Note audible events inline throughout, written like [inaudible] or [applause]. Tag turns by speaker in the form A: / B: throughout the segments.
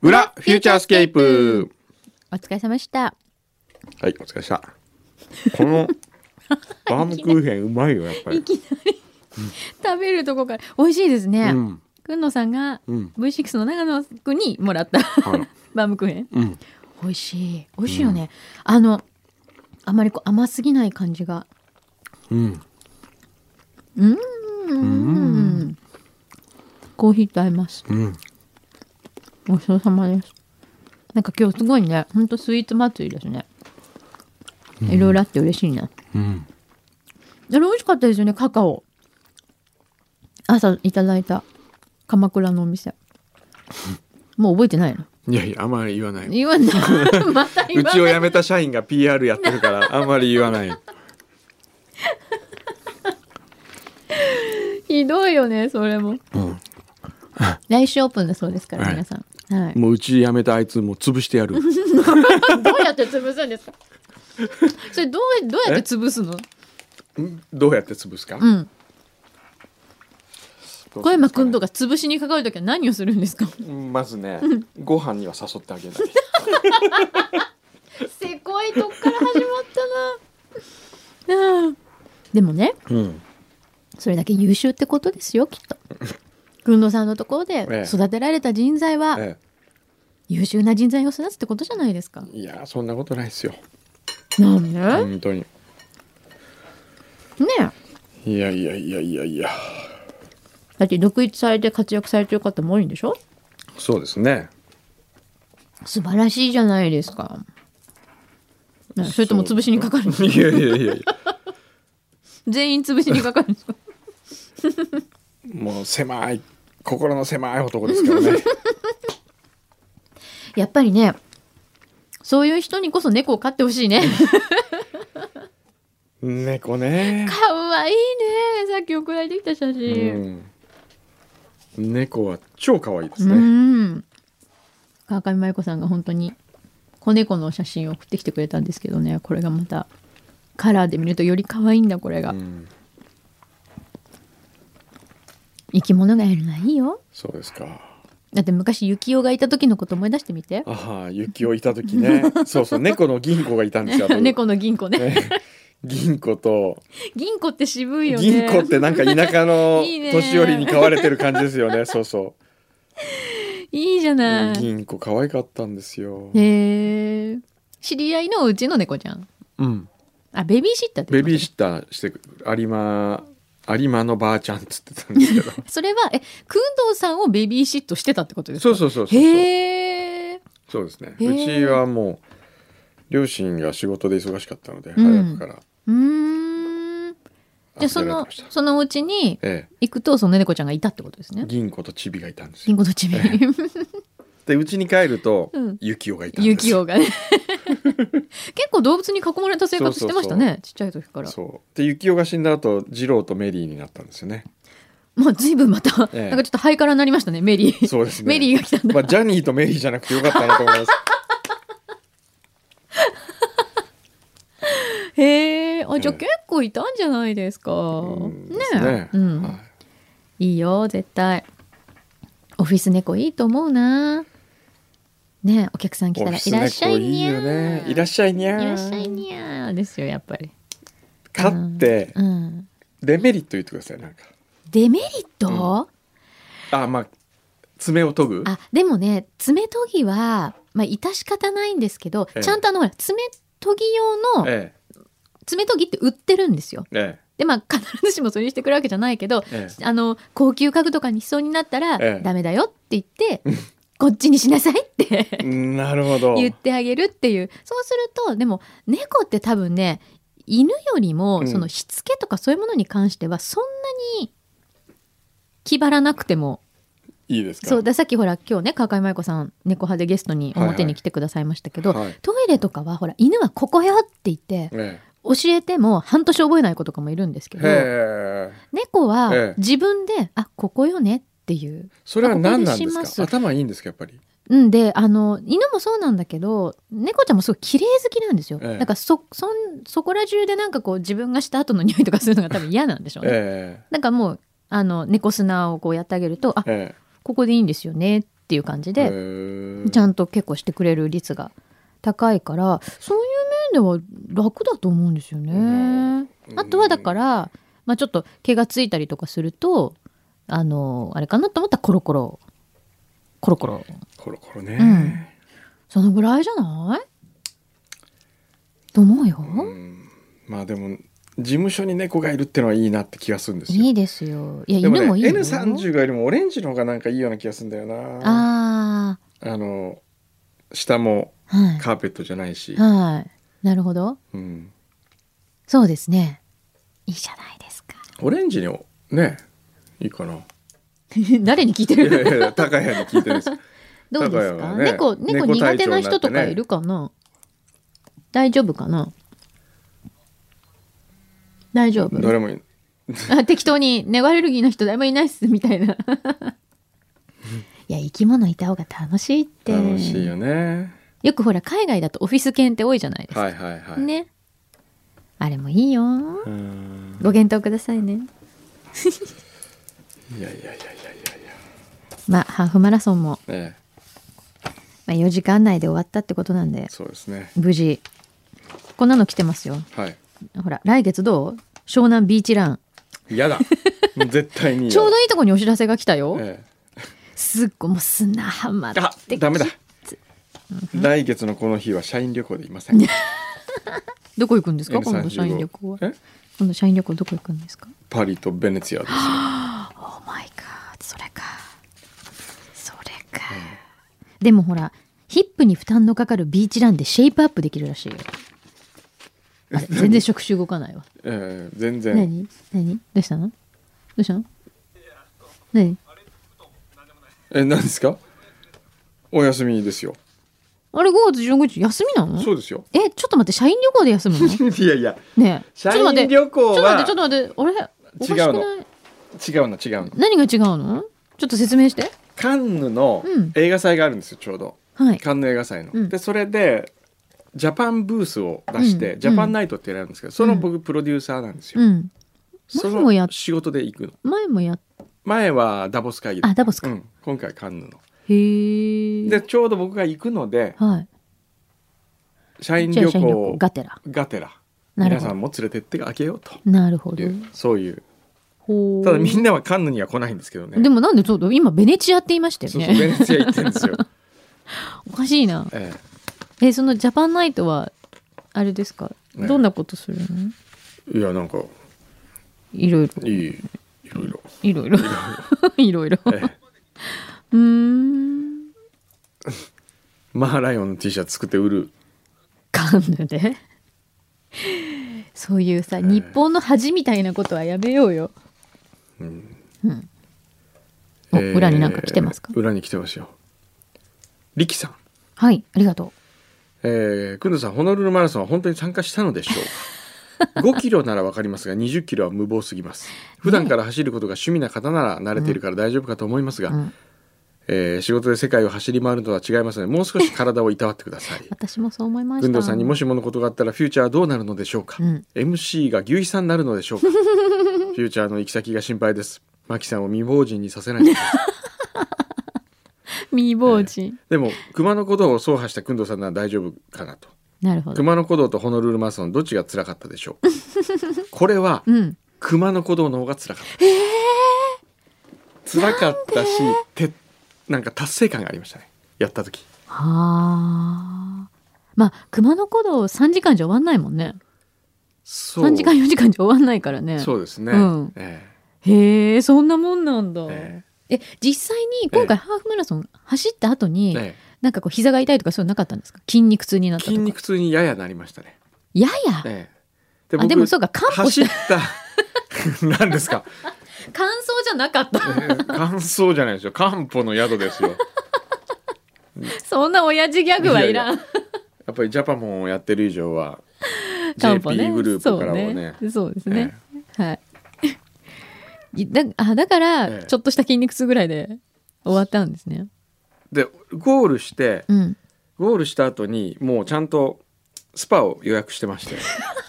A: フューチャースケープ。
B: お疲れ様でした。
A: はい、お疲れでした。このバームクーヘンうまいよ、やっぱ
B: い
A: り。
B: きなり食べるとこから美味しいです
A: う
B: ね。
A: ん、
B: くんのさんが
A: うん
B: V6 の長野くんにも [laughs] らった
A: はい
B: バームクーヘン。
A: うん、
B: 美味しい。美味しいよね。あのあまりこう甘すぎない感じが。
A: うん、
B: うん。コーヒーと合います。
A: うん。
B: ごちそうさまです。なんか今日すごいね。ほんとスイーツ祭りですね。いろいろあって嬉しいな。
A: うん、
B: あれ美味しかったですよねカカオ朝いただいた鎌倉のお店もう覚えてないの
A: いやいや、あまり言わない。
B: 言わない [laughs] また言
A: う
B: わ
A: ちを
B: ない
A: 辞めた社員が PR やってるから、あんまり言わない。
B: ひどいよねそれも
A: うん、
B: 来週オープンだそうですから、
A: はい
B: 皆さん、はい、
A: もううち辞めたあいつもう潰してやる。
B: どうやって潰すん [laughs] ですかそれどうどうやって潰すの
A: うんどうやって潰すか。
B: うん
A: どうする
B: 小
A: んで
B: 山
A: すか
B: くん
A: ね
B: とか潰しにかかるときは何をするんですか
A: うんまずね、ご飯には誘ってあげない。
B: [laughs] せこいとこから始まった [laughs] なああでもね
A: うん、
B: それだけ優秀ってことですよき [laughs] っと。軍藤さんのところ
A: え
B: で
A: え
B: 育てられた人材は
A: え
B: 優秀な人材を育つってことじゃないですか。
A: えいや、そんなことないですよ。
B: なんでね
A: 本当に。
B: え
A: いやいやいやいやいや。
B: だって独立されて活躍されてる方も多いんでしょ
A: そうですね。
B: 素晴らしいじゃないですか。ねそれとも潰しにかかる
A: [laughs] いやいやいやいや。
B: 全員潰しにかかるんですか
A: もう狭い心の狭い男ですけどね
B: [laughs] やっぱりねそういう人にこそ猫を飼ってほしい [laughs] ね。
A: [laughs] 猫ね、
B: かわいいねさっき送られてきた写
A: う
B: 真。
A: ん、猫は超可愛いで
B: う
A: すね、
B: ん。川上真由子さんが本当に子猫の写真を送ってきてくれたんですけどね、これがまたカラーで見るとより可愛いんだこれが。
A: うん
B: 生き物がいるのはいいよ。
A: そうですか
B: だって昔幸男がいた時のこと思い出してみて。
A: ああ雪をいた時ねそうそう猫の銀子がいたんですよ後で
B: 猫の銀行ね。
A: ね銀子と
B: 銀行って渋いよね。
A: 銀子ってなんか田舎の
B: いいね
A: 年寄りに飼われてる感じですよねそうそ
B: いいじゃ
A: う、
B: ない。
A: 銀子可愛かったんですよ、
B: へえ。知り合いのうちの猫ちゃん。
A: うん、
B: あ、ベビーシッターってこ
A: ベ
B: と
A: ビーシッターしてく有馬有馬のばあちゃんっつってたんですけど
B: それは、え、くんどうさんをベビーシットしてたってことですか
A: [laughs] そうそうそうそうそう
B: へえ。
A: そうですね。
B: へ
A: う
B: ー
A: ちはもう両親が仕事で忙しかったので、
B: うん
A: 早くから
B: うーん。じゃあそ
A: 預けられて
B: の
A: ました。
B: そのお家に
A: え
B: 行くとその猫ちゃんがいたってことです
A: え、
B: ね。
A: 銀子とチビがいたんです
B: リン
A: よ。
B: ゴとチビ。
A: でうちに帰ると、
B: うん
A: ユキオがい
B: [laughs]
A: たん
B: ユ
A: です
B: キ
A: よ。
B: オ
A: [laughs]
B: がね。結構動物に囲まれた生活してましたね。
A: そう
B: ちっちゃい時から。
A: そう。でユキオが死んだ後、ジローとメリーになったんですよね。
B: まあ随分また、
A: ええ
B: なんかちょっとハイカラになりましたね、メリー。
A: [laughs] そうですね。
B: メリーが来たんだ。
A: まあジャニーとメリーじゃなくてよかったなと思います。
B: [laughs] へえ。あ、じゃあ
A: ええ
B: 結構いたんじゃないですか。
A: うん
B: ね
A: です
B: え。う
A: はい
B: ん。いいよ、絶対。オフィス猫いいと思うな。ねえお客さん来
A: オフ
B: たら
A: ィ
B: い
A: ス
B: らっしゃい
A: 猫いい
B: にゃ
A: よね。
B: ー。
A: いらっしゃいにゃー。
B: いらっしゃいにゃーですよやっぱり。
A: 飼って
B: うん。
A: デメリット言ってくださいなんか。
B: デメリット、
A: あまあ爪を研ぐ。
B: あでもね爪研ぎはまあ致し方ないんですけど、
A: ええ
B: ちゃんとあのほら爪研ぎ用の
A: え
B: 爪研ぎって売ってるんですよ。
A: ええ
B: でまあ必ずしもそれにしてくるわけじゃないけど、
A: え
B: あの高級家具とかにしそうになったら、
A: ええ
B: ダメだよって言ってこっちにしなさいって
A: [laughs] え。なるほど。
B: 言ってあげるっていうそうするとでも猫って多分ね犬より
A: う
B: も
A: ん
B: そのしつけとかそういうものに関してはそんなに気張らなくても
A: いいですか。
B: そうださっきほら今日ね川上舞子さん猫派でゲストに表に来てくださいましたけど、
A: はい
B: トイレとかはほら犬はここよって言って
A: え
B: 教えても半年覚えない子とかもいるんですけ
A: え
B: ど
A: へえ。
B: 猫
A: ええ
B: は自分で、あここよねっていう。
A: それは何なんで
B: あここ
A: す
B: でしま
A: か。
B: す
A: 頭いいんですかやっぱり。
B: うんであの犬もそうなんだけど猫ちゃんもすごい綺麗好きなんですよ、
A: ええ
B: だからそそんそこら中でなんかこう自分がした後の匂いとかするのが多分嫌なんでしょうね、
A: え
B: なんかもうあの猫砂をこうやってあげるとあ
A: ええ
B: ここでいいんですよねっっていう感じ
A: へ
B: で、
A: ー
B: ちゃんと結構してくれる率が高いからそういう面では楽だと思うんですよね。
A: うん
B: あとはだから、まあ、ちょっと毛がついたりとかするとあのあれかなと思ったらコロコロコロコロ
A: コロコロ
B: う
A: ね
B: ん、そのぐらいじゃないと思うよ。
A: うんまあでも事務所に猫がいるってのはいいなって気がするんですよ
B: いいですよ。いや
A: でも
B: 犬もいい
A: ね
B: よ。
A: N30 がよりもオレンジの方がなんかいいような気がするんだよなあ
B: あ
A: の下も
B: あはい
A: カーペットじゃないし、
B: はいなるほど
A: うん、
B: そうですねいいじゃないですか。 [laughs]
A: オレンジにねいいかな
B: 誰に聞いて
A: いやい
B: る
A: やいや高いの聞いてるんです
B: ど [laughs] うで
A: 高
B: す
A: い
B: か、
A: わね
B: 猫猫
A: 猫
B: 苦
A: 隊
B: 手
A: 長
B: な
A: になってね
B: 人とかいるかな大丈夫かな大丈夫
A: 誰もい
B: あ適当に猫アレルギーの人誰もいないっすみたいないや生き物いた方が楽しいって
A: 楽しいよね
B: よくほら海外だとオフィス犬って多いじゃないですか、
A: はいはいはい、
B: ねあれもいいよ
A: うん
B: ご検討くださいね
A: いやいやいやいやい
B: まあハーフマラソンも、
A: やいやね
B: まあ、4時間内で終わったってことなんで
A: そうですね
B: 無事こんなの来てますよ
A: はい
B: ほら来月どう湘南ビーチラン
A: 嫌だもう絶対に嫌だ
B: [laughs] ちょうどいいとこにお知らせが来たよ、
A: え
B: すっごいもう砂浜
A: えあ
B: って
A: ダメだ来月のこの日は社員旅行でいません
B: どこ行くんですか
A: N35
B: 今度社員旅行は
A: え
B: 今度社員旅行どこ行くんですか
A: パリとベネツィアです
B: オーマイガーそれかそれか、でもほらヒップに負担のかかるビーチランでシェイプアップできるらしいよあれ全然触手動かないわ
A: ええ全然
B: 何何どうしたのどうしたの何
A: え何ですかお休みですよ
B: あれ5月15日休みなの
A: そうですよ
B: えちょっと待って社員旅行で休むの
A: [laughs] いやいや
B: ねえち
A: 社
B: ょっと待っ
A: 員
B: てちょっ
A: 旅行
B: と待って
A: は
B: ちょっと待ってあれおかしく
A: 違う
B: ない
A: 違うの違うの
B: 何が違うのちょっと説明して
A: カンヌの
B: うん
A: 映画祭があるんですよちょうど
B: はい
A: カンヌ映画祭の、
B: うん
A: でそれでジャパンブースを出して、
B: うん
A: ジャパンナイトってやるんですけどその僕プロデューサーなんですよ、
B: うん
A: そ
B: 前もやっ
A: の仕事で行くの
B: 前もやっ
A: 前はダボス会議
B: あダボスか
A: うん、今回カンヌの
B: へえ
A: でちょうど僕が行くので
B: はい
A: 社員
B: じゃ
A: 旅
B: あ社員旅行
A: 行
B: がてら
A: がてら
B: なる
A: 皆
B: ほ
A: さん
B: ど
A: も連れてってあげようと
B: なるほ
A: い
B: ど
A: うそういう
B: ほう
A: ただみんなはカンヌには来ないんですけどね
B: でもなんでそうだ今ベネチアって言いましたよ
A: そうそうベ
B: ね
A: ネツィア行ってるんですよ、
B: おかしいな
A: [laughs] え
B: えそのジャパンナイトはあれですか
A: ね
B: どんなことするの
A: え、いやなんか
B: いろいろ
A: いいい [laughs] ろいろ、
B: いろいろ [laughs] いろいろ
A: ええ、
B: うーん
A: マーライオンの T シャツ作って売る
B: カンヌでそういうさ
A: え
B: 日本の恥みたいなことはやめようよ
A: うん
B: うんお裏になんか来てますか
A: えー裏に来てますよリキさん
B: はいありがと
A: えー、くんどさんホノルルマラソンは本当に参加したのでしょ
B: [laughs]
A: うか5キロならわかりますが20キロは無謀すぎます普段から走ることが趣味な方なら慣れているから大丈夫かと思います
B: う、
A: が、
B: うん、
A: えー仕事で世界を走り回るのは違いますのでもう少し体をいたわってください
B: 私もそう思いまし
A: く
B: た
A: んどさんにもしものことがあったらフューチャーはどうなるのでしょうか、
B: うん
A: MC が牛肥さんになるのでしょ
B: [laughs]
A: うかフューチャーの行き先が心配ですマキさんを未亡人にさせないでください
B: 未亡人、
A: でも熊野古道を走破したくんどさんなら大丈夫かなと
B: なるほど
A: 熊野古道とホノルルマラソンどっちが辛かったでしょ
B: [laughs]
A: うこれは
B: うん
A: 熊野古道の方が辛かった、辛かったしてなんか達成感がありましたねやった時
B: はあまあ熊野古道3時間じゃ終わんないもんね
A: そう
B: 3時間4時間じゃ終わんないからね
A: そうですね、
B: うん
A: え
B: へえそんなもんなんだ、
A: え
B: え実際に今回ハーフマラソン走った後
A: え
B: に、
A: え
B: なんかこう膝が痛いとかそういうのなかったんですか筋肉痛に
A: え
B: なったとか
A: 筋肉痛にややなりましたね、
B: やや、
A: ええ
B: あでもそう
A: う
B: か乾歩
A: 走
B: し
A: ったた [laughs] 何ですか、
B: 乾燥じゃなかっ
A: え
B: た
A: え乾燥じゃないですよ [laughs] 漢方の宿ですよ
B: そんな親父ギャグはいらん
A: やっぱりジャパモンをやってる以上
B: [laughs]
A: は
B: 漢方ね
A: JP グループからもね
B: そうねそうです
A: え
B: ね
A: え、
B: はい [laughs] いだあだから、
A: ええ
B: ちょっとした筋肉痛ぐらいで終わったんですね
A: でゴールして
B: うん
A: ゴールした後にもうちゃんとスパを予約してまして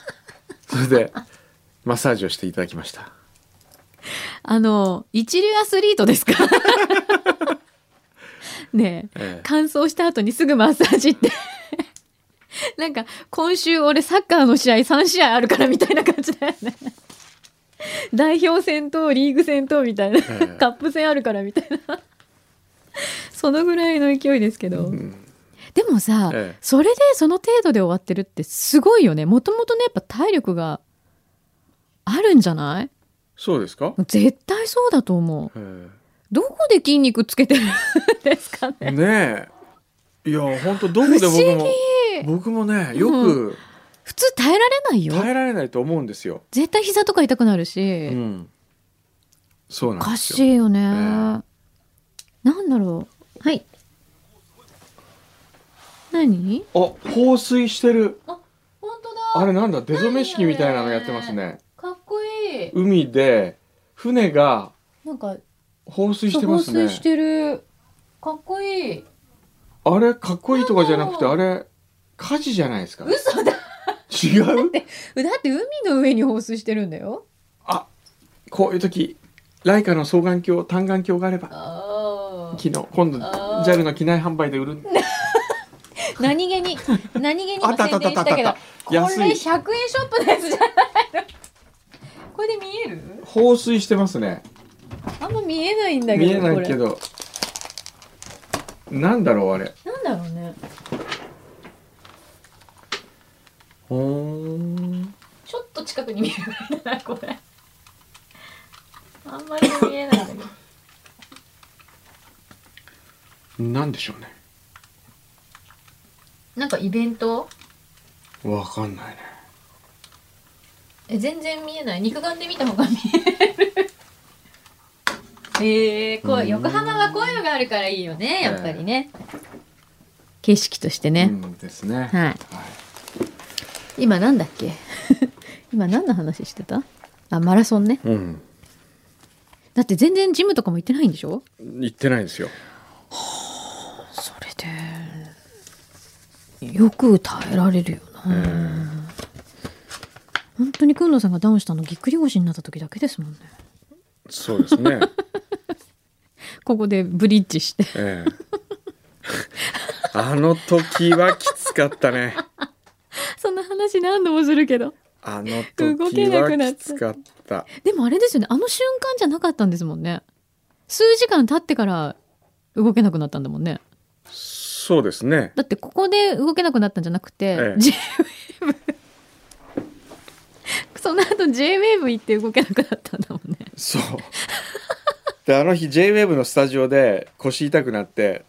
B: [laughs]
A: それでマッサージをしていただきました
B: あの、一流アスリートですか [laughs] ねえ
A: ええ
B: 乾燥した後にすぐマッサージって [laughs] なんか今週俺サッカーの試合3試合あるからみたいな感じだよね代表戦とリーグ戦とみたいな、
A: ええ
B: カップ戦あるからみたいなそのぐらいの勢いですけど、
A: うん
B: でもさ、
A: ええ
B: それでその程度で終わってるってすごいよねもともとねやっぱ体力があるんじゃない
A: そうですか、
B: 絶対そうだと思う
A: ええ
B: どこで筋肉つけてるんですかね
A: ねえいや本当どこで僕も僕もねよく
B: 普通耐えられないよ
A: 耐えられないと思うんですよ。
B: 絶対膝とか痛くなる
A: う
B: し、
A: ん、そう
B: お
A: なん
B: か
A: です
B: し
A: よ。
B: いよね、
A: え
B: なんだろうはい何
A: あ放水してる
B: 本当
A: あれなんだ出初め式みたいなのやってますね。
B: かっこいい
A: 海で船が
B: なんか
A: 放水してますね。
B: てるかっこいい
A: あれかっこいいとかじゃなくてあれ火事じゃないですか。
B: 嘘だ
A: 違う
B: だって海の上に放水してるんだよ
A: あこういう時ライカの双眼鏡単眼鏡があれば
B: あ
A: 昨日今度
B: あー
A: JAL の機内販売で売
B: [laughs]
A: る
B: 何気に何気に
A: あっ
B: 今
A: たあったあ
B: 宣
A: ったあ
B: 伝
A: った
B: したけどこれ
A: 安い
B: 100円ショップのやつじゃないのこれで見える
A: 放水してますね
B: あんま見えないんだけど
A: 見えないけ
B: こ
A: どなんだろうあれ
B: れなんだろうね
A: ほーん
B: ちょっと近くに見えるぐらいだなこれあんまり見えないんだけど
A: なんでしょうね
B: [coughs] なんかイベント
A: わかんないね
B: え全然見えない肉眼で見た方が見えるえー、こ
A: う
B: うん横浜はこういうのがあるからいいよねやっぱりね、景色としてね、
A: うんですねい、
B: はい今なんだっけ [laughs] 今何の話してたあマラソンね
A: うん
B: だって全然ジムとかも行ってないんでしょ
A: 行ってないですよ
B: それでよく耐えられるよな、本当にくんのさんがダウンしたのぎっくり腰になった時だけですもんね
A: そうですね
B: ここでブリッジして
A: ええあの時はきつかったね
B: そんな話何度もするけど
A: あの
B: 動
A: 時
B: けなくな
A: は
B: っ
A: き
B: ちゃった
A: つかった
B: でもあれですよねあの瞬間じゃなかったんですもんね数時間経ってから動けなくなったんだもんね
A: そうですね
B: だってここで動けなくなったんじゃなくて、
A: ええ
B: JWAVE その後 JWAVE 行って動けなくなったんだもんね
A: そう。で、あの日 JWAVE のスタジオで腰痛くなって、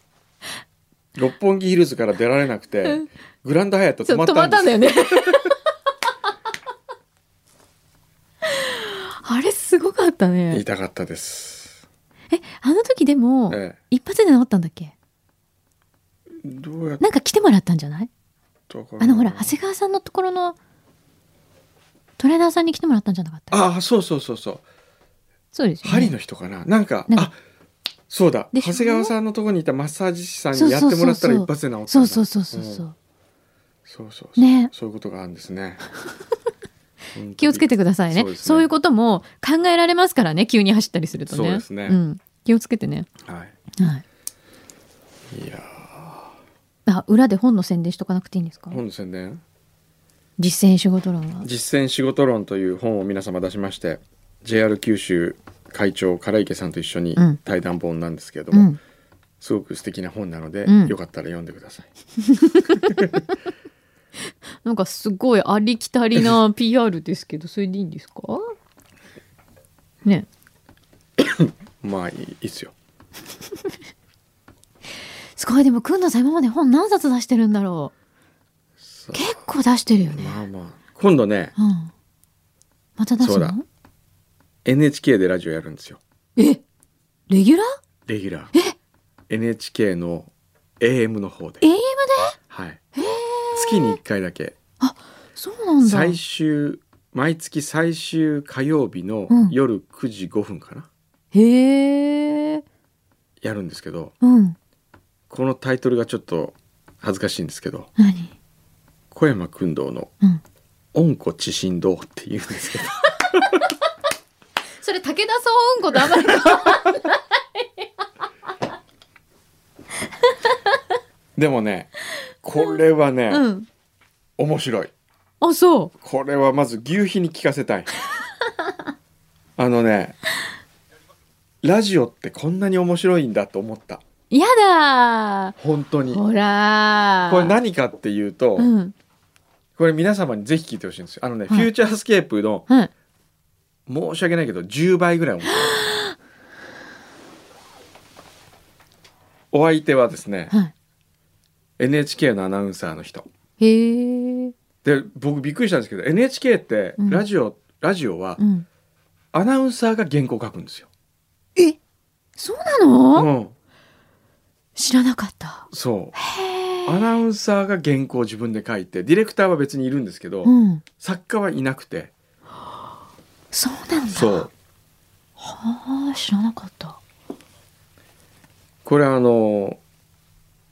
A: 六本木ヒルズから出られなくて、グランドハイアット
B: そ
A: 止
B: う
A: まっ
B: 止ま
A: た
B: っ
A: んで
B: たん
A: す
B: だよね [laughs] あれすごかったね
A: 痛かったです。
B: えあの時でも、
A: ええ、
B: 一発で治ったんだっけ
A: どうやっ
B: なんか来てもらったんじゃない
A: たかな
B: あのほら長谷川さんのところのトレーナーさんに来てもらったんじゃなかった
A: あ、そうそうそうそう。
B: そうですよ
A: 針
B: ね
A: の人かな。なんか、
B: なん
A: あ、
B: か
A: そうだ。
B: で
A: 長
B: しょ
A: 谷川さんのとこにいたマッサージ師さんにやってもらったら一
B: そうそう
A: 発で治ったんだ
B: そうそうそうそうそ
A: ん
B: う
A: そうそうそう。
B: ね
A: そういうことがあるんです
B: [laughs]
A: ね。
B: 気をつけてくださいね
A: そ
B: そうう
A: ですね
B: いうことも考えられますからね急に走ったりするとね
A: そうですね
B: ん、気をつけてね、
A: さい。は
B: はい、
A: い。いや
B: あ裏で本の宣伝しとかなくていいんですか
A: ー、本の宣伝。
B: 実践仕事論は
A: 実践仕事論という本を皆様出しまして JR 九州会長唐池さんと一緒に
B: うん
A: 対談本なんですけれど
B: う
A: も、
B: ん
A: すごく素敵な本なので、
B: うん
A: よかったら読んでください。
B: なんかすごいありきたりな [laughs] PR ですけどそれでいいんですかね
A: まあいいいいっすよ。
B: すごいでもくんのさん今まで本何冊出してるんだろ
A: さ
B: う
A: あ
B: 結構出してるよね、
A: まあまあ今度ね
B: うん、また出
A: そ
B: す
A: うだ
B: の
A: NHK でラジオやるんですよ
B: えレギュラ
A: レギュラー。NHK の AM の方で
B: ー AM で
A: はい月に1回だけ
B: そうなんだ
A: 最終毎月最終火曜日の
B: うん
A: 夜9時5分かな、
B: へえ
A: やるんですけど
B: うん
A: このタイトルがちょっと恥ずかしいんですけど
B: 何
A: 小山君堂の
B: うん
A: 「温故知新堂」っていうんです
B: [laughs]
A: けど
B: それ武田総運庫とあまり変わんない
A: でもねこれはね、
B: [laughs] うん。
A: 面白い
B: あ、そう。
A: これはまず牛皮に聞かせ
B: [laughs]
A: たいあのねラジオってこんなに面白いんだと思った
B: やだ
A: 本当に
B: ー。ほらー。
A: これ何かっていうと、
B: うん。
A: これ皆様にぜひ聞いてほしいんですよあのね、
B: はい
A: フューチャースケープの
B: はい。
A: 申し訳ないけど10倍ぐらい面白いお相手はですね
B: は
A: NHK のアナウンサーの人
B: い。へえ。
A: で僕びっくりしたんですけど NHK って
B: うん
A: ラジオ、ラジオは
B: うん。
A: アナウンサーが原稿書くんですよ、
B: え、そうなの、
A: うん、
B: 知らなかった。
A: そう
B: へ
A: ア
B: え。
A: ナウンサーが原稿を自分で書いてディレクターは別にいるんですけど、
B: うん。
A: 作家はいなくて
B: そうなんだ。
A: そう
B: はあ、知らなかった。
A: これあの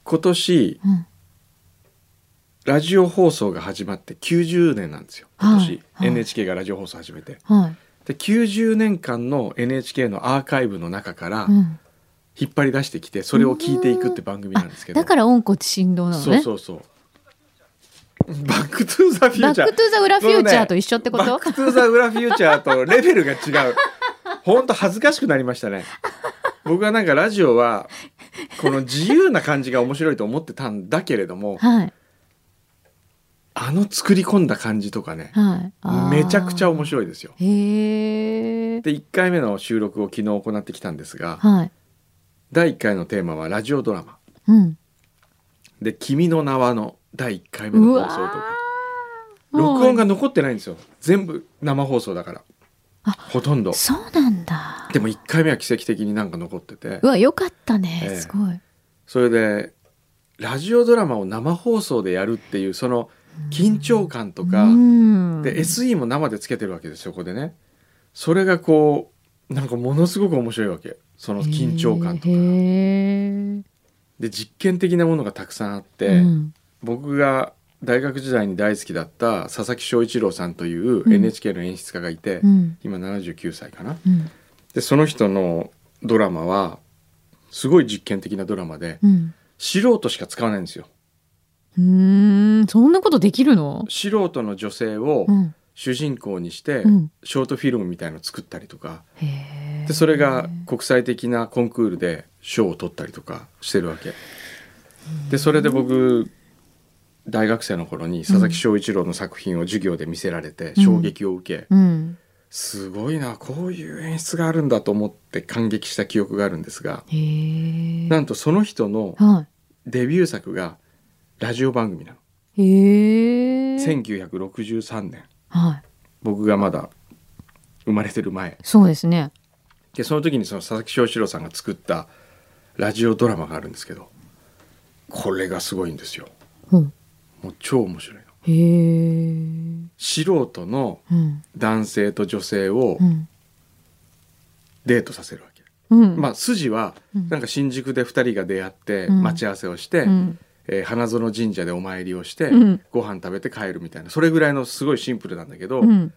A: 今年
B: うん。
A: ラジオ放送が始まって90年なんですよ今年、
B: はいはい
A: NHK がラジオ放送始めて
B: はい。
A: で90年間の NHK のアーカイブの中から
B: うん。
A: 引っ張り出してきてそれを聞いていくって番組なんですけど
B: だから温故知新道なの
A: そう
B: ね。
A: そうそうバックトゥーザフュ
B: バ
A: ーチ
B: ッ
A: ャー
B: クトゥーザ裏フューチャーと一緒ってこ
A: バッ
B: と、
A: クトゥーザ裏フューチャーとレベルが違う。ほんと恥ずかしくなりましたね。僕はなんかラジオはこの自由な感じが面白いと思ってたんだけれども、
B: はい。
A: あの作り込んだ感じとかね、
B: はいあー。
A: めちゃくちゃ面白いですよ。
B: へえ。
A: で1回目の収録を昨日行ってきたんですが、
B: はい。
A: 第1回のテーマはラジオドラマ
B: うん。
A: で「君の名は」の第1回目の
B: う
A: 放
B: わ
A: 送とか
B: ー
A: 録音が
B: も
A: 残ってないんですよ全部生放送だから
B: あ
A: ほとんど
B: うそうなんだ。
A: でも1回目は奇跡的になんか残ってて
B: うわ、よかったね。
A: ええ
B: すごい。
A: それでラジオドラマを生放送でやるっていうその緊張感とか、
B: うん
A: で SE も生でつけてるわけですよここでねそれがこうなんかものすごく面白いわけその緊張感とか
B: へー
A: で実験的なものがたくさんあって、
B: うん
A: 僕が大学時代に大好きだった佐々木翔一郎さんといううん NHK の演出家がいて、
B: うん
A: 今79歳かな
B: うん
A: でその人のドラマはすごい実験的なドラマで
B: うん
A: 素人しか使わないんですよ
B: うーんそんなことできるの
A: 素人の女性を
B: うん
A: 主人公にして
B: うん
A: ショートフィルムみたいのを作ったりとか
B: へー
A: でそれが国際的なコンクールで賞を取ったりとかしてるわけでそれで僕大学生の頃に佐々木翔一郎の作品を授業で見せられて
B: うん
A: 衝撃を受け
B: うん
A: すごいなこういう演出があるんだと思って感激した記憶があるんですが
B: へえ
A: なんとその人の
B: は
A: デビュー作がラジオ番組なの
B: いへえ
A: 1963年
B: はい
A: 僕がまだ生まれてる前
B: そうですね
A: でその時にその佐々木翔一郎さんが作ったラジオドラマがあるんですけどこれがすごいんですよ
B: うん
A: もう超面白いの
B: へえ
A: 素人の
B: うん
A: 男性と女性を
B: うん
A: デートさせるわけ、
B: うん
A: まあ筋は
B: うん
A: なんか新宿で2人が出会って
B: うん
A: 待ち合わせをして、
B: うん
A: えー花園神社でお参りをして、
B: うん
A: ご飯食べて帰るみたいなそれぐらいのすごいシンプルなんだけど、
B: うん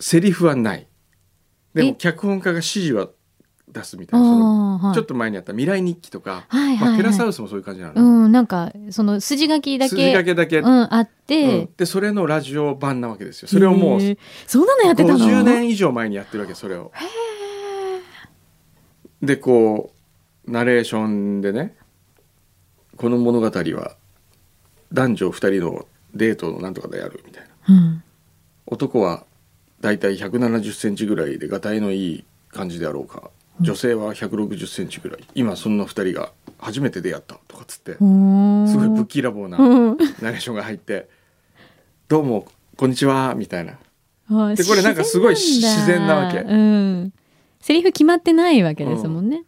A: セリフはないで
B: え
A: も脚本家が指示は出すみた
B: あ
A: いなその
B: あはい
A: ちょっと前にあった「未来日記」とか、
B: はいはい
A: まあ、テラサ
B: はい
A: ウスもそういう感じなのね、
B: うんなんかその筋書きだ
A: 筋書
B: け
A: きだけ、
B: うんあっ
A: うん
B: て
A: でそれのラジオ版なわけですよそれをもう
B: へーそんなのやってたの
A: 50年以上前にやってるわけそれをでこうナレーションでねこの物語は男女2人のデートのなんとかでやるみたいな
B: うん
A: 男はだいたい1 7 0ンチぐらいでがたいのいい感じであろうか女性は1 6 0ンチぐらい今そんな2人が初めて出会ったとかっつってす
B: す
A: ごいぶっきらぼうな
B: うん [laughs]
A: ナレーションが入って「どうもこんにちは」みたいな
B: はい
A: でこれなんかすごい自然なわけ
B: 自然なんだうん。セリフ決まってないわけですもんね。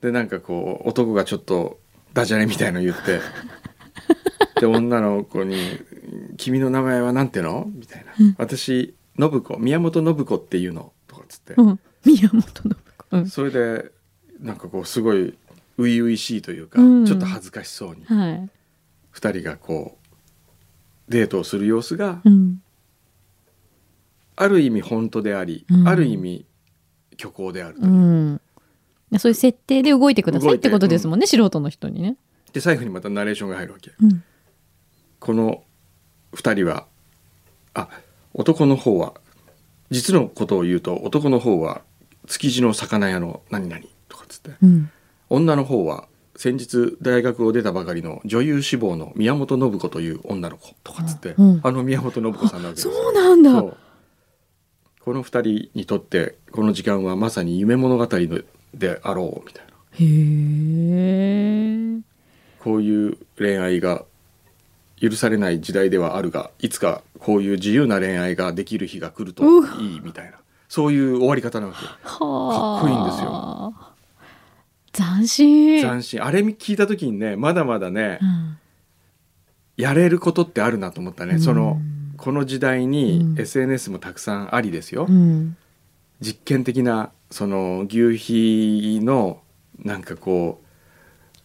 A: でなんかこう男がちょっとダジャレみたいの言ってで女の子に「君の名前はなんての?」みたいな「私信子宮本信子っていうの」とかっつって、
B: うん。宮本信子。うん。
A: それでなんかこうすごい初々しいというか、
B: うん
A: ちょっと恥ずかしそうに
B: はい。
A: 2人がこうデートをする様子が
B: うん。
A: ある意味本当であり、
B: うん
A: ある意味虚構であると
B: うん。そういう設定で動いてくださいってことですもんね、素人の人にね。
A: で最後にまたナレーションが入るわけ
B: うん、
A: この2人はあ男の方は実のことを言うと男の方は築地の魚屋の何々とかっつって
B: うん、
A: 女の方は先日大学を出たばかりの女優志望の宮本信子という女の子とかっつって、
B: うんうん
A: あの宮本信子さんなわけです
B: そうなんだ。
A: そうこの二人にとってこの時間はまさに夢物語のであろうみたいな
B: へえ。
A: こういう恋愛が許されない時代ではあるがいつかこういう自由な恋愛ができる日が来ると
B: う
A: いいみたいなそういう終わり方なわけ
B: はあ。
A: かっこいいんです
B: よ。斬新。
A: 斬新あれ聞いた時にねまだまだね
B: うん
A: やれることってあるなと思ったね、その
B: うん
A: この時代
B: う
A: に
B: ん
A: SNS もたくさんありですよ、
B: うん。
A: 実験的なその牛皮のなんかこう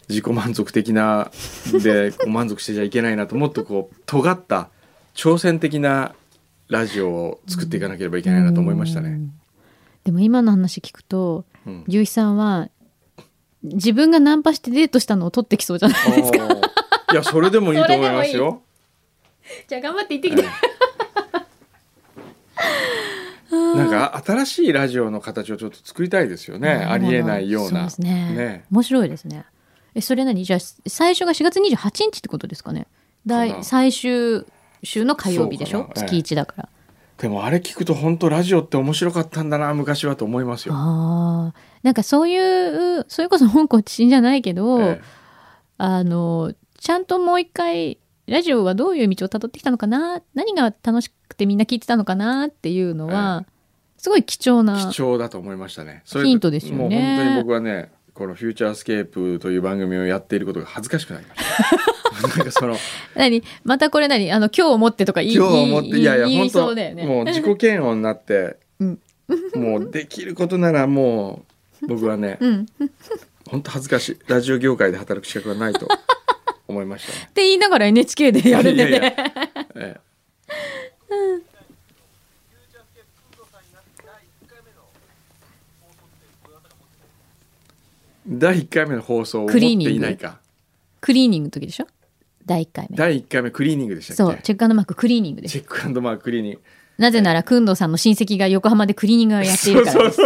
A: 自己満足的な
B: [laughs]
A: でこう満足してちゃいけないなともっとこう尖った挑戦的なラジオを作っていかなければいけないなと思いました
B: う
A: ね。
B: ん。でも今の話聞くと、
A: うん
B: 牛肥さんは自分がナンパしてデートしたのを取ってきそうじゃないですか。
A: おーいやそれでもいいと思いますよ。
B: [laughs] じゃあ頑張って行ってきて。
A: うんなんか新しいラジオの形をちょっと作りたいですよね。ありえないよう
B: そう
A: な。
B: ですね
A: ね
B: 面白いですねえそれ何じゃあ最初が4月28日ってことですかね
A: かな
B: 第最終週の火曜日でし
A: そう
B: ょ
A: かなええ
B: 月1だから、
A: でもあれ聞くと本当ラジオって面白かったんだな昔はと思いますよ。
B: ああなんかそういうそれこそ香港知人じゃないけど、
A: ええ
B: あのちゃんともう一回ラジオはどういう道をたどってきたのかな何が楽しくてみんな聞いてたのかなっていうのは、すごい貴重な
A: 貴重だと思いましたね。それ
B: ヒントですよね
A: もう本当に僕はね、このフューチャースケープという番組をやっていることが恥ずかしくなりました。 [laughs] なんかその
B: 何またこれ何あの今日思ってとか言い
A: 今日思って
B: 言
A: い
B: い
A: やいや
B: 言い
A: 本
B: そ
A: 当
B: うだよね
A: もう自己嫌悪になって
B: [laughs] うん、
A: もうできることならもう僕はね、
B: うん
A: 本当恥ずかしい。ラジオ業界で働く資格はないと思いましたね
B: っ。て言いながら NHK でやるんでね
A: いやいやええ第1回目の放送を持っ
B: ク
A: て
B: リーニング
A: いないか
B: クリーニングの時でしょ第1回目
A: 第1回目クリーニングでした
B: そ
A: っ
B: う
A: け
B: チェックマーククリーニングです
A: チェックマーククリーニング
B: なぜならくんどうさんの親戚が横浜でクリーニングをやって
A: そ
B: いる
A: う
B: か
A: そう
B: らです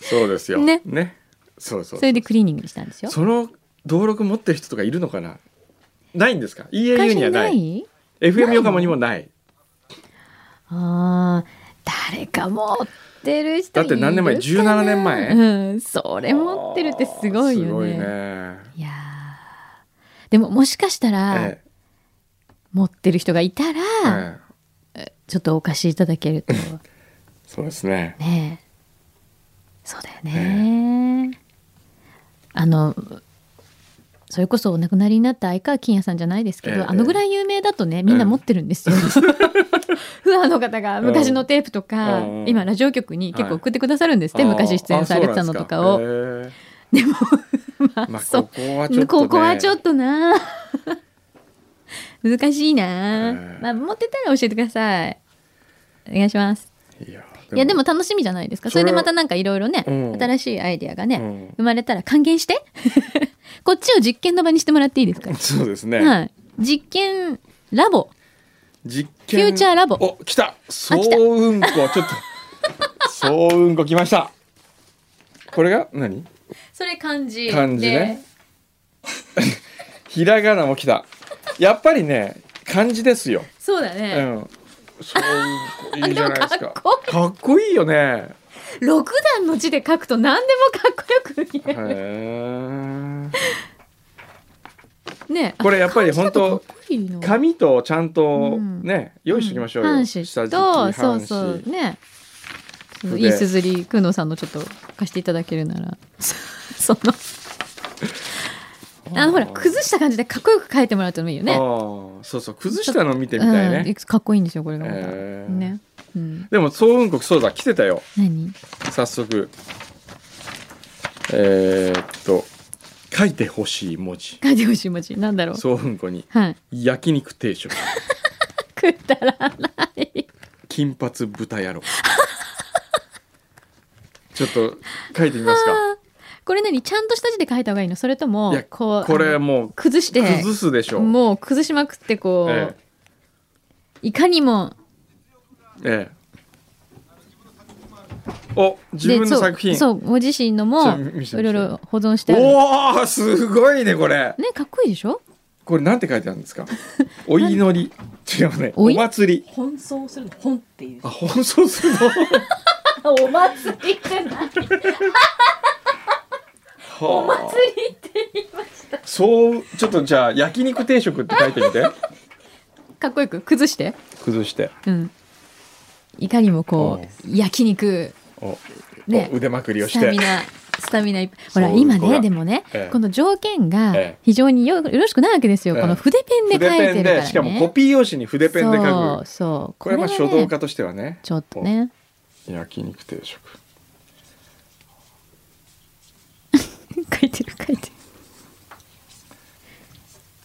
A: そうそうですよ
B: ね
A: そうそう
B: それでクリーニングにしたんですよ
A: その登録持ってる人とかいるのかなないんですか EAU
B: 会
A: に
B: 社
A: はない
B: ない
A: FM 横浜にもない
B: あー誰か持ってる人いるか
A: だって何年前17年前
B: うんそれ持ってるってすごいよね
A: すごいね
B: いやーでももしかしたら、
A: え
B: 持ってる人がいた
A: え
B: ら、
A: ええ
B: ちょっとお貸しいただけると
A: そうですね
B: ねえそうだよね、あのそれこそお亡くなりになった相川欽也さんじゃないですけど、
A: ええ
B: あのぐらい有名だとねみんな持ってる
A: [laughs]
B: んですよ、ファンの方が昔のテープとか、
A: うんうん
B: 今ラジオ局に結構送ってくださるんですって、
A: あー
B: 昔出演されてたのとかを
A: あそうなんです
B: でもま
A: かへ
B: あ、
A: えまあ
B: [laughs] そ
A: こ
B: う
A: こはちょっとね
B: ここはちょっとな
A: [laughs]
B: 難しいな、
A: ええ
B: まあ、持ってたら教えてくださいお願いします
A: いや
B: いやでも楽しみじゃないですかそれで
A: それは
B: またなんかいろいろね、
A: うん
B: 新しいアイデアがね、
A: うん
B: 生まれたら還元して [laughs] こっちを実験の場にしてもらっていいです
A: [laughs]
B: か、
A: そうですね、
B: はい、実験ラボ
A: 実験
B: フューチャーラボ
A: お来た総
B: 来た
A: うんこちょっ
B: [laughs]
A: と総うんこ来ましたこれが何
B: それ漢字
A: 漢字ねひらがなも来たやっぱりね漢字ですよ
B: でそうだ
A: う
B: ね、 [laughs]
A: ん総うんこいいじゃないです
B: で
A: か
B: もかっこいい
A: かっこいいよね
B: 六段の字で書くと何でもかっこよく見え
A: へ
B: る、
A: え
B: [laughs] ね
A: これやっぱり本当
B: 漢字だとかっこいいな
A: 紙とちゃんと
B: うん
A: ね、用意しておきましょうよ、
B: 半紙
A: 下敷き
B: とそう
A: 半
B: そう
A: 紙
B: ねその
A: 筆
B: いいすずりくのさんのちょっと貸していただけるなら [laughs] そのあのほら崩した感じでかっこよく書いてもらうともいいよね。
A: ああそうそう崩したの見てみたいね、
B: うん、かっこいいんですよこれがまた、
A: えー
B: ね。うん、
A: でも総運国そうだ来てたよ
B: 何
A: 早速えーっと書いてほしい文字
B: 書いてほしい文字なんだろう。
A: 総運庫に
B: はい。
A: 焼肉定食
B: くだらない。
A: 金髪豚野郎ちちょっと書いてみますか
B: これ何ちゃんとした字で書いた方がいいのそれと [laughs] も
A: いや
B: こう
A: これ
B: あの
A: もう
B: 崩して
A: 崩すでしょう
B: もう崩しまくってこう、
A: え
B: いかにも
A: えええお自分
B: で
A: の作品
B: そうそうご自身の
A: ち
B: も
A: ょ見せて
B: いろいろ保存してある
A: おおすごいねこれ
B: ねかっこいいでしょ
A: これなんて書いてあるんです
B: [laughs]
A: かお祈り違うね
B: お
A: お
B: い
A: 祭り
C: 本尊するの本っていう
A: あ本葬す
B: [laughs]
A: るの
C: お祭りってな
A: お祭りって言いましたそうちょっとじゃあ焼肉定食って書いてみて
B: かっこよく崩して
A: 崩して
B: うんいかにもこう焼肉
A: お、
B: ね
A: お腕まくりを
B: ス
A: して
B: タミナスタミナいっぱいほら
A: そう
B: 今
A: ここ
B: ね
A: が
B: でもね、
A: ええ
B: この条件が
A: ええ
B: 非常によよろしくないわけですよ、
A: ええ
B: この筆ペンで
A: 筆
B: 書い
A: ペ
B: てる
A: ン
B: から、
A: で
B: ね、
A: しかもコピー用紙に筆ペンで書
B: そう
A: く
B: そう
A: これはまあ
B: が
A: 書
B: ね
A: 道家としてはね
B: ちょっとね
A: 焼肉定食
B: 書いてる書いてる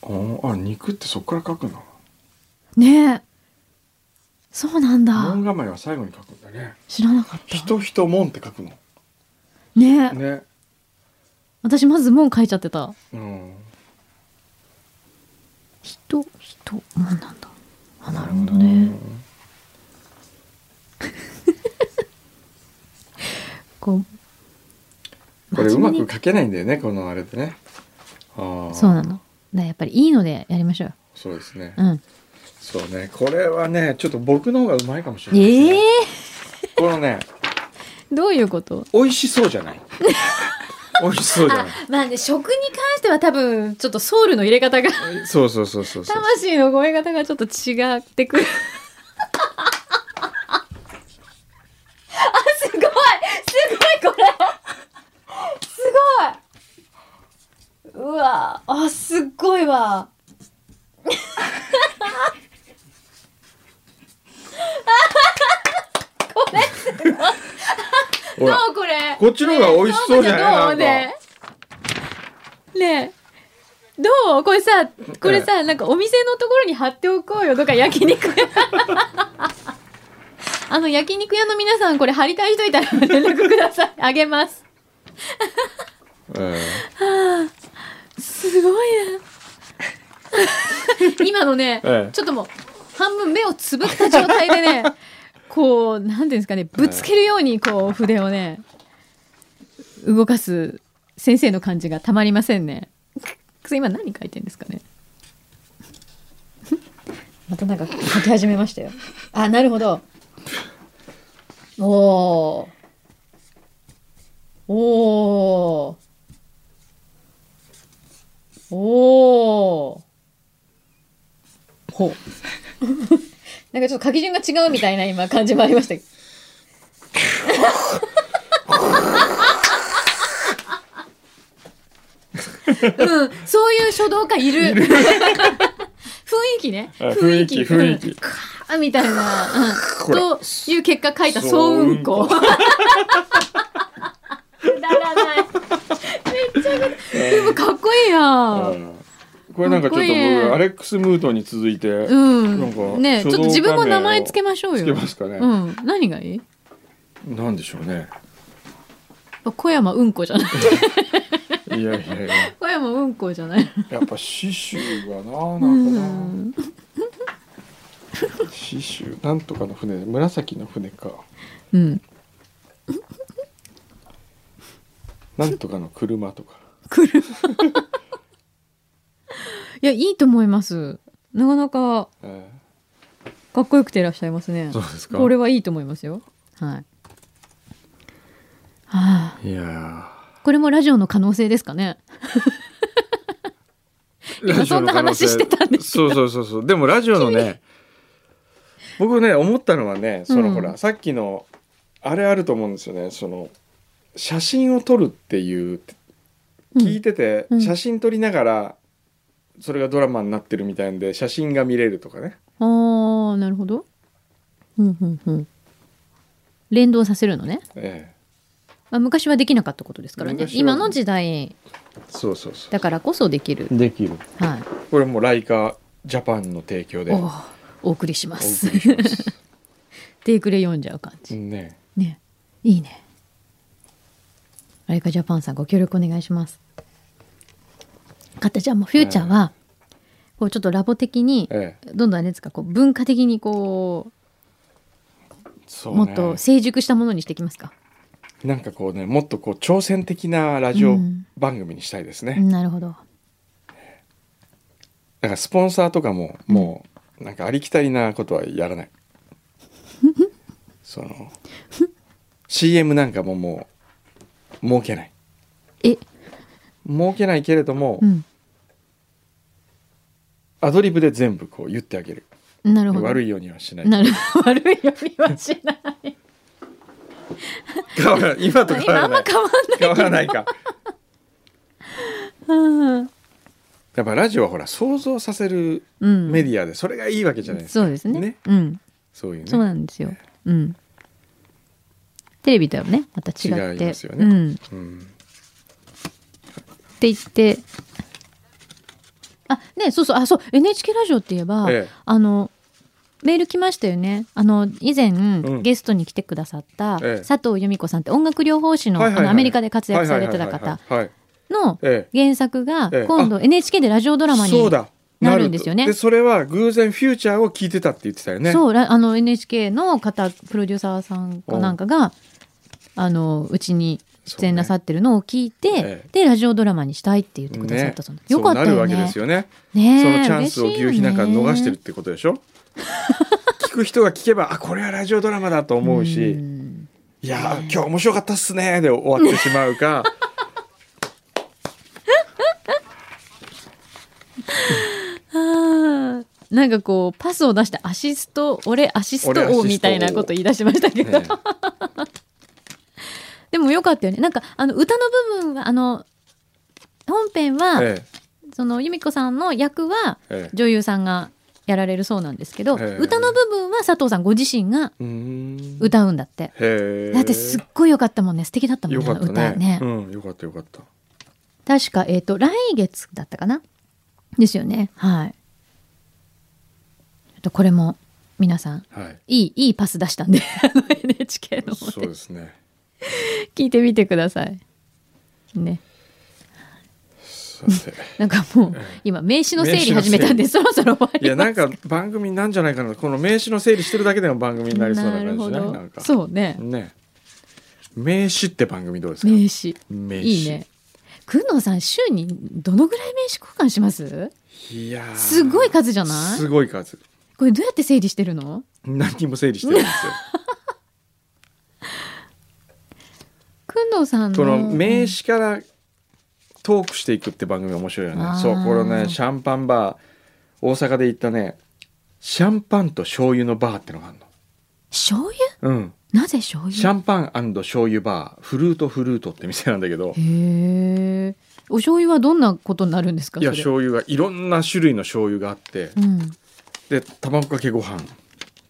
A: おあ肉ってそこから書くの
B: ねえそうなんだ
A: 門構えは最後に書くんだね
B: 知らなかった
A: 人人門って書くの
B: ねえ
A: ね
B: 私まず門書いちゃってた
A: うん
B: 人人門なんだあなるほどねこう
A: これうまく
B: 真面目に
A: 書けないんだよねこのあれでねああ
B: そうなのだからやっぱりいいのでやりましょう
A: そうですね、
B: うん
A: そうねこれはねちょっと僕の方がうまいかもしれないです
B: え
A: ね、
B: え
A: このね
B: ー、どういうこと
A: 美味しそうじゃ
B: [laughs]
A: ない美味しそうじゃない
B: まあね食に関しては多分ちょっとソウルの入れ方が
A: そうそうそうそうそう
B: 魂の声方がちょっと違ってくる。 [laughs] あ、すごいすごいこれすごいうわあ、すっごいわ
A: ほ
B: ど
A: ら
B: うこれ
A: こっちの方が美味しそうじゃない
B: ど
A: な
B: うん
A: か
B: ねねえどうこれさ、これさ、なんかお店のところに貼っておこうよ。とか
A: [laughs]
B: 焼肉屋。あの焼肉屋の皆さん、これ貼りたい人いたら連絡ください。あげます。
A: え
B: すごいな。 [laughs] 今のね、
A: ええ
B: ちょっともう半分目をつぶった状態
A: [laughs]
B: でね、こう、なんていうんですかね、ぶつけるようにこう筆をね、動かす先生の感じがたまりませんね。く今何書いてんですかね。 [laughs] またなんか書き始めましたよ。あ、なるほど。おー。おー。おお。ほう。 [laughs] なんかちょっと書き順が違うみたいな今感じもありましたけど。 [laughs] うん、そういう書道家いる。 [laughs] 雰囲気ね。
A: あ雰囲気雰囲気
B: うんカーみたいな。うん、
A: これ
B: という結果書いた総運行。
A: 総運
B: くだらない。めっちゃくだでもかっこいいや
A: え
B: ん。
A: うんこれなんかちょっ
B: か
A: と
B: っこいいね
A: 僕アレックス・ムートンに続いて、
B: うん。
A: なんか
B: ねちょっと自分も名前つけましょう
A: つけ
B: よ。
A: ますかね、
B: うん。何がいい
A: なんでしょうね
B: 小山うんこ
A: [laughs]
B: じゃない。
A: いやいやいや
B: 小山うんこじゃない。
A: やっぱ刺繍がな
B: う
A: なんかな、
B: ん。
A: 刺繍なんとかの船紫の船か
B: うん。
A: なんとかの車とか
B: 車。いや、いいと思います。なかなか
A: え
B: かっこよくていらっしゃいますね
A: ー。です
B: これはいいと思いますよ。はい。はあ、
A: いや
B: これもラジオの可能性ですかね。
A: ー
B: 今そんな話してたんです
A: そうそうそうそうでもラジオのね僕ね思ったのはねそのほら、
B: うん
A: さっきのあれあると思うんですよねその写真を撮るっていう
B: うん
A: 聞いてて、
B: うん
A: 写真撮りながらそれがドラマになってるみたいんで写真が見れるとかね
B: あーなるほど。うんうんうん。連動させるのね。
A: え
B: まあ、昔はできなかったことですからね
A: 昔は
B: 今の時代
A: えそうそうそ
B: だからこそできる
A: う、できる
B: はい、
A: これもライカジャパンの提供で
B: お
A: お
B: ーお送りしま
A: 送
B: す
A: りします
B: [laughs] テイクで読んじゃう感じ、
A: ね
B: ねいいねあれかジャパンさんご協力お願いします。かってじゃあもうフューチャーは、こうちょっとラボ的に、
A: ええ
B: どんどんあれですかこう文化的にこう
A: そうね
B: もっと成熟したものにしていきますか。
A: なんかこうねもっとこう挑戦的なラジ
B: う
A: オ
B: ん
A: 番組にしたいですね、
B: なるほど。
A: だからスポンサーとかももうなんかありきたりなことはやら
B: [laughs]
A: ないその CM なんかももう儲けない
B: え、
A: 儲けないけれども、
B: うん、
A: アドリブで全部こう言ってあげる
B: なるほど。
A: 悪いようにはしない
B: なる [laughs] 悪いよりはしない。
A: 変わらない今と変
B: 今
A: わ
B: あ
A: ら
B: ん
A: な
B: ま
A: い
B: 変わんない。
A: 変わらないか
B: うん
A: やっぱラジオはほら想像させる
B: うん。
A: メディアでそれがいいわけじゃないですか、
B: そうですねうん。
A: そういうね
B: そうなんですよ。うん。テレビとはね、また違って。
A: 違いますよね
B: うん。って
A: うん
B: 言って。あ、ね、そうそう、あ、そう、NHK ラジオって言えば、
A: ええ
B: あの、メール来ましたよね。あの、以前、
A: ん
B: ゲストに来てくださった、
A: ええ
B: 佐藤由美子さんって音楽療法士の、
A: はいはいはい
B: あのアメリカで活躍されてた
A: は
B: 方
A: いはいはいはいはい
B: の
A: え
B: 原作が、
A: ええ
B: 今度 NHK でラジオドラマ
A: え
B: に。
A: そうだ
B: なるんですよね
A: とでそれは偶然フューチャーを聞いてたって言ってたよね
B: そうらあの NHK の方プロデューサーさんかなんかがあのうちに出演なさってるのを聞いて、
A: そうねええ
B: でラジオドラマにしたいって言ってくださったそうな、よかった
A: そうなる
B: よ
A: わけ
B: ね。
A: ですよね
B: ねえ
A: そのチャンスを牛皮なんか逃してるっ
B: 嬉
A: てことでしょ聞く人が聞けばあこれはラジオドラマだと思う
B: しいよ
A: し、
B: ねうん
A: いやー今日面白かったっすねーで終わってしまう
B: [laughs]
A: か
B: あーなんかこうパスを出してアシスト俺アシス
A: 俺アシ
B: ト
A: ス
B: 王
A: ト王
B: みたいなこと言い出しましたけ
A: え
B: [laughs] ど、
A: え
B: でもよかったよねなんかあの歌の部分はあの本編は、
A: え
B: その由美子さんの役は
A: ええ
B: 女優さんがやられるそうなんですけど、
A: ええ
B: 歌の部分は佐藤さんご自身が
A: えうーん
B: 歌うんだって、
A: へえ
B: だってすっごい良かったもんね素敵だったもん
A: よ
B: ね
A: かったね
B: 歌ね、
A: うん、よかったよかった
B: 確か、えっと来月だったかなですよねはいあとこれも皆さん
A: はい
B: いいいいパス出したんであの NHK の方
A: そう
B: で
A: ですね
B: 聞いてみてくださいね
A: さて
B: なんかもう今名刺の整理始めたんでそろそろ終わ
A: い
B: り
A: や
B: ま
A: な
B: す
A: んか番組なんじゃないかなこの名刺の整理してるだけでも番組になりそうな感じ
B: る
A: です
B: ほ
A: ね
B: ど
A: なんか
B: そうね
A: ね名刺って番組どうですか
B: 名刺
A: 名刺
B: いいね。くんのさん週にどのぐらい名刺交換します？
A: いやー
B: すごい数じゃない
A: すごい数
B: これどうやって整理してるの？
A: 何にも整理してるん
B: [laughs]
A: ですよ
B: くんのさんの
A: この名刺からトークしていくって番組面白いよ
B: あー
A: ねそうこれねシャンパンバー大阪で行ったねシャンパンと醤油のバーってのがあるの
B: 醤油？
A: うん
B: なぜ醤
A: シャ
B: 油？
A: ンパン醤油バーフルートフルートって店なんだけど
B: へえ。お醤油はどんなことになるんですか？
A: いや
B: それ
A: 醤油がいろんな種類の醤油があって
B: うん。
A: で卵かけご飯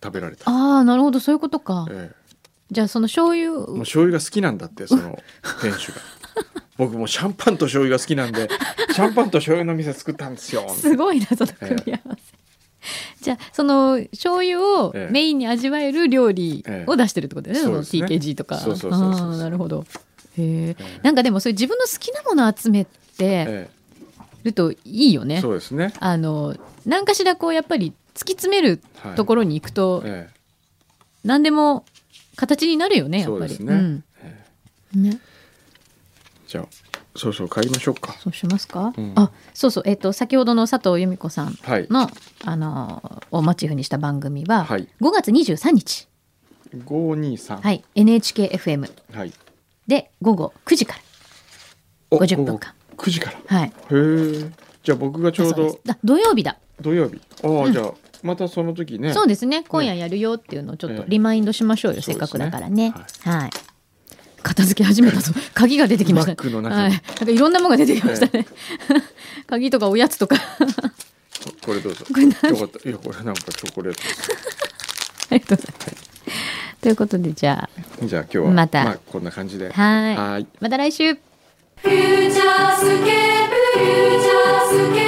A: 食べられた、
B: ああなるほどそういうことか。
A: え
B: じゃあその醤
A: え、もう
B: 油
A: 醤油が好きなんだってその店主が [laughs] 僕もうシャンパンと醤油が好きなん
B: [laughs]
A: でシャンパンと醤油の店作ったんですよ
B: すごいなその組み合わせ。じゃあその醤油を
A: ええ
B: メインに味わえる料理を出してるってことだよね、
A: ええ
B: その
A: そうですね
B: TKG とか
A: そうそうそうそう
B: あーなるほどへえ
A: え
B: なんかでもそういう自分の好きなものを集めて
A: え
B: るといいよ
A: え、
B: ね、
A: そうですね
B: あの何かしらこうやっぱり突き詰める
A: はい
B: ところに行くと
A: え
B: 何でも形になるよね
A: え、
B: やっ
A: そう
B: ぱ
A: で
B: り
A: すね,、
B: うん
A: ええ
B: ね
A: じゃあそろそろ帰りましょうか
B: そうしますか、
A: うん
B: あそうそうえっ、と先ほどの佐藤由美子さん
A: はい
B: の、あのをモチーフにした番組は
A: は
B: 5
A: い
B: 月23日、
A: 523
B: はい、NHKFM
A: はい
B: で午後9時から。
A: お
B: 50分間
A: 午後9時から
B: はい、
A: へえじゃあ僕がちょう
B: そうです
A: ど
B: あ土曜日だ、
A: 土曜日ああ、じゃあまたその時ね
B: そうですね今夜やるよっていうのをちょっとリマインドしましょうよ、
A: ええ
B: せっかくだからね
A: そうです
B: はい、片付け始めたぞ鍵が出てきました
A: バッグの中に
B: はい、なんかいろんなものが出てきましたね、 [laughs] 鍵とかおやつとか [laughs]
A: これどうぞ
B: れ何
A: よかったいやこれなんかチョコレートです
B: ありがとうございますということでじゃ
A: じゃあ今日は
B: また
A: あ、こんな感じで。
B: あはい
A: はい
B: また来週
C: フューチャースケープフューチャースケ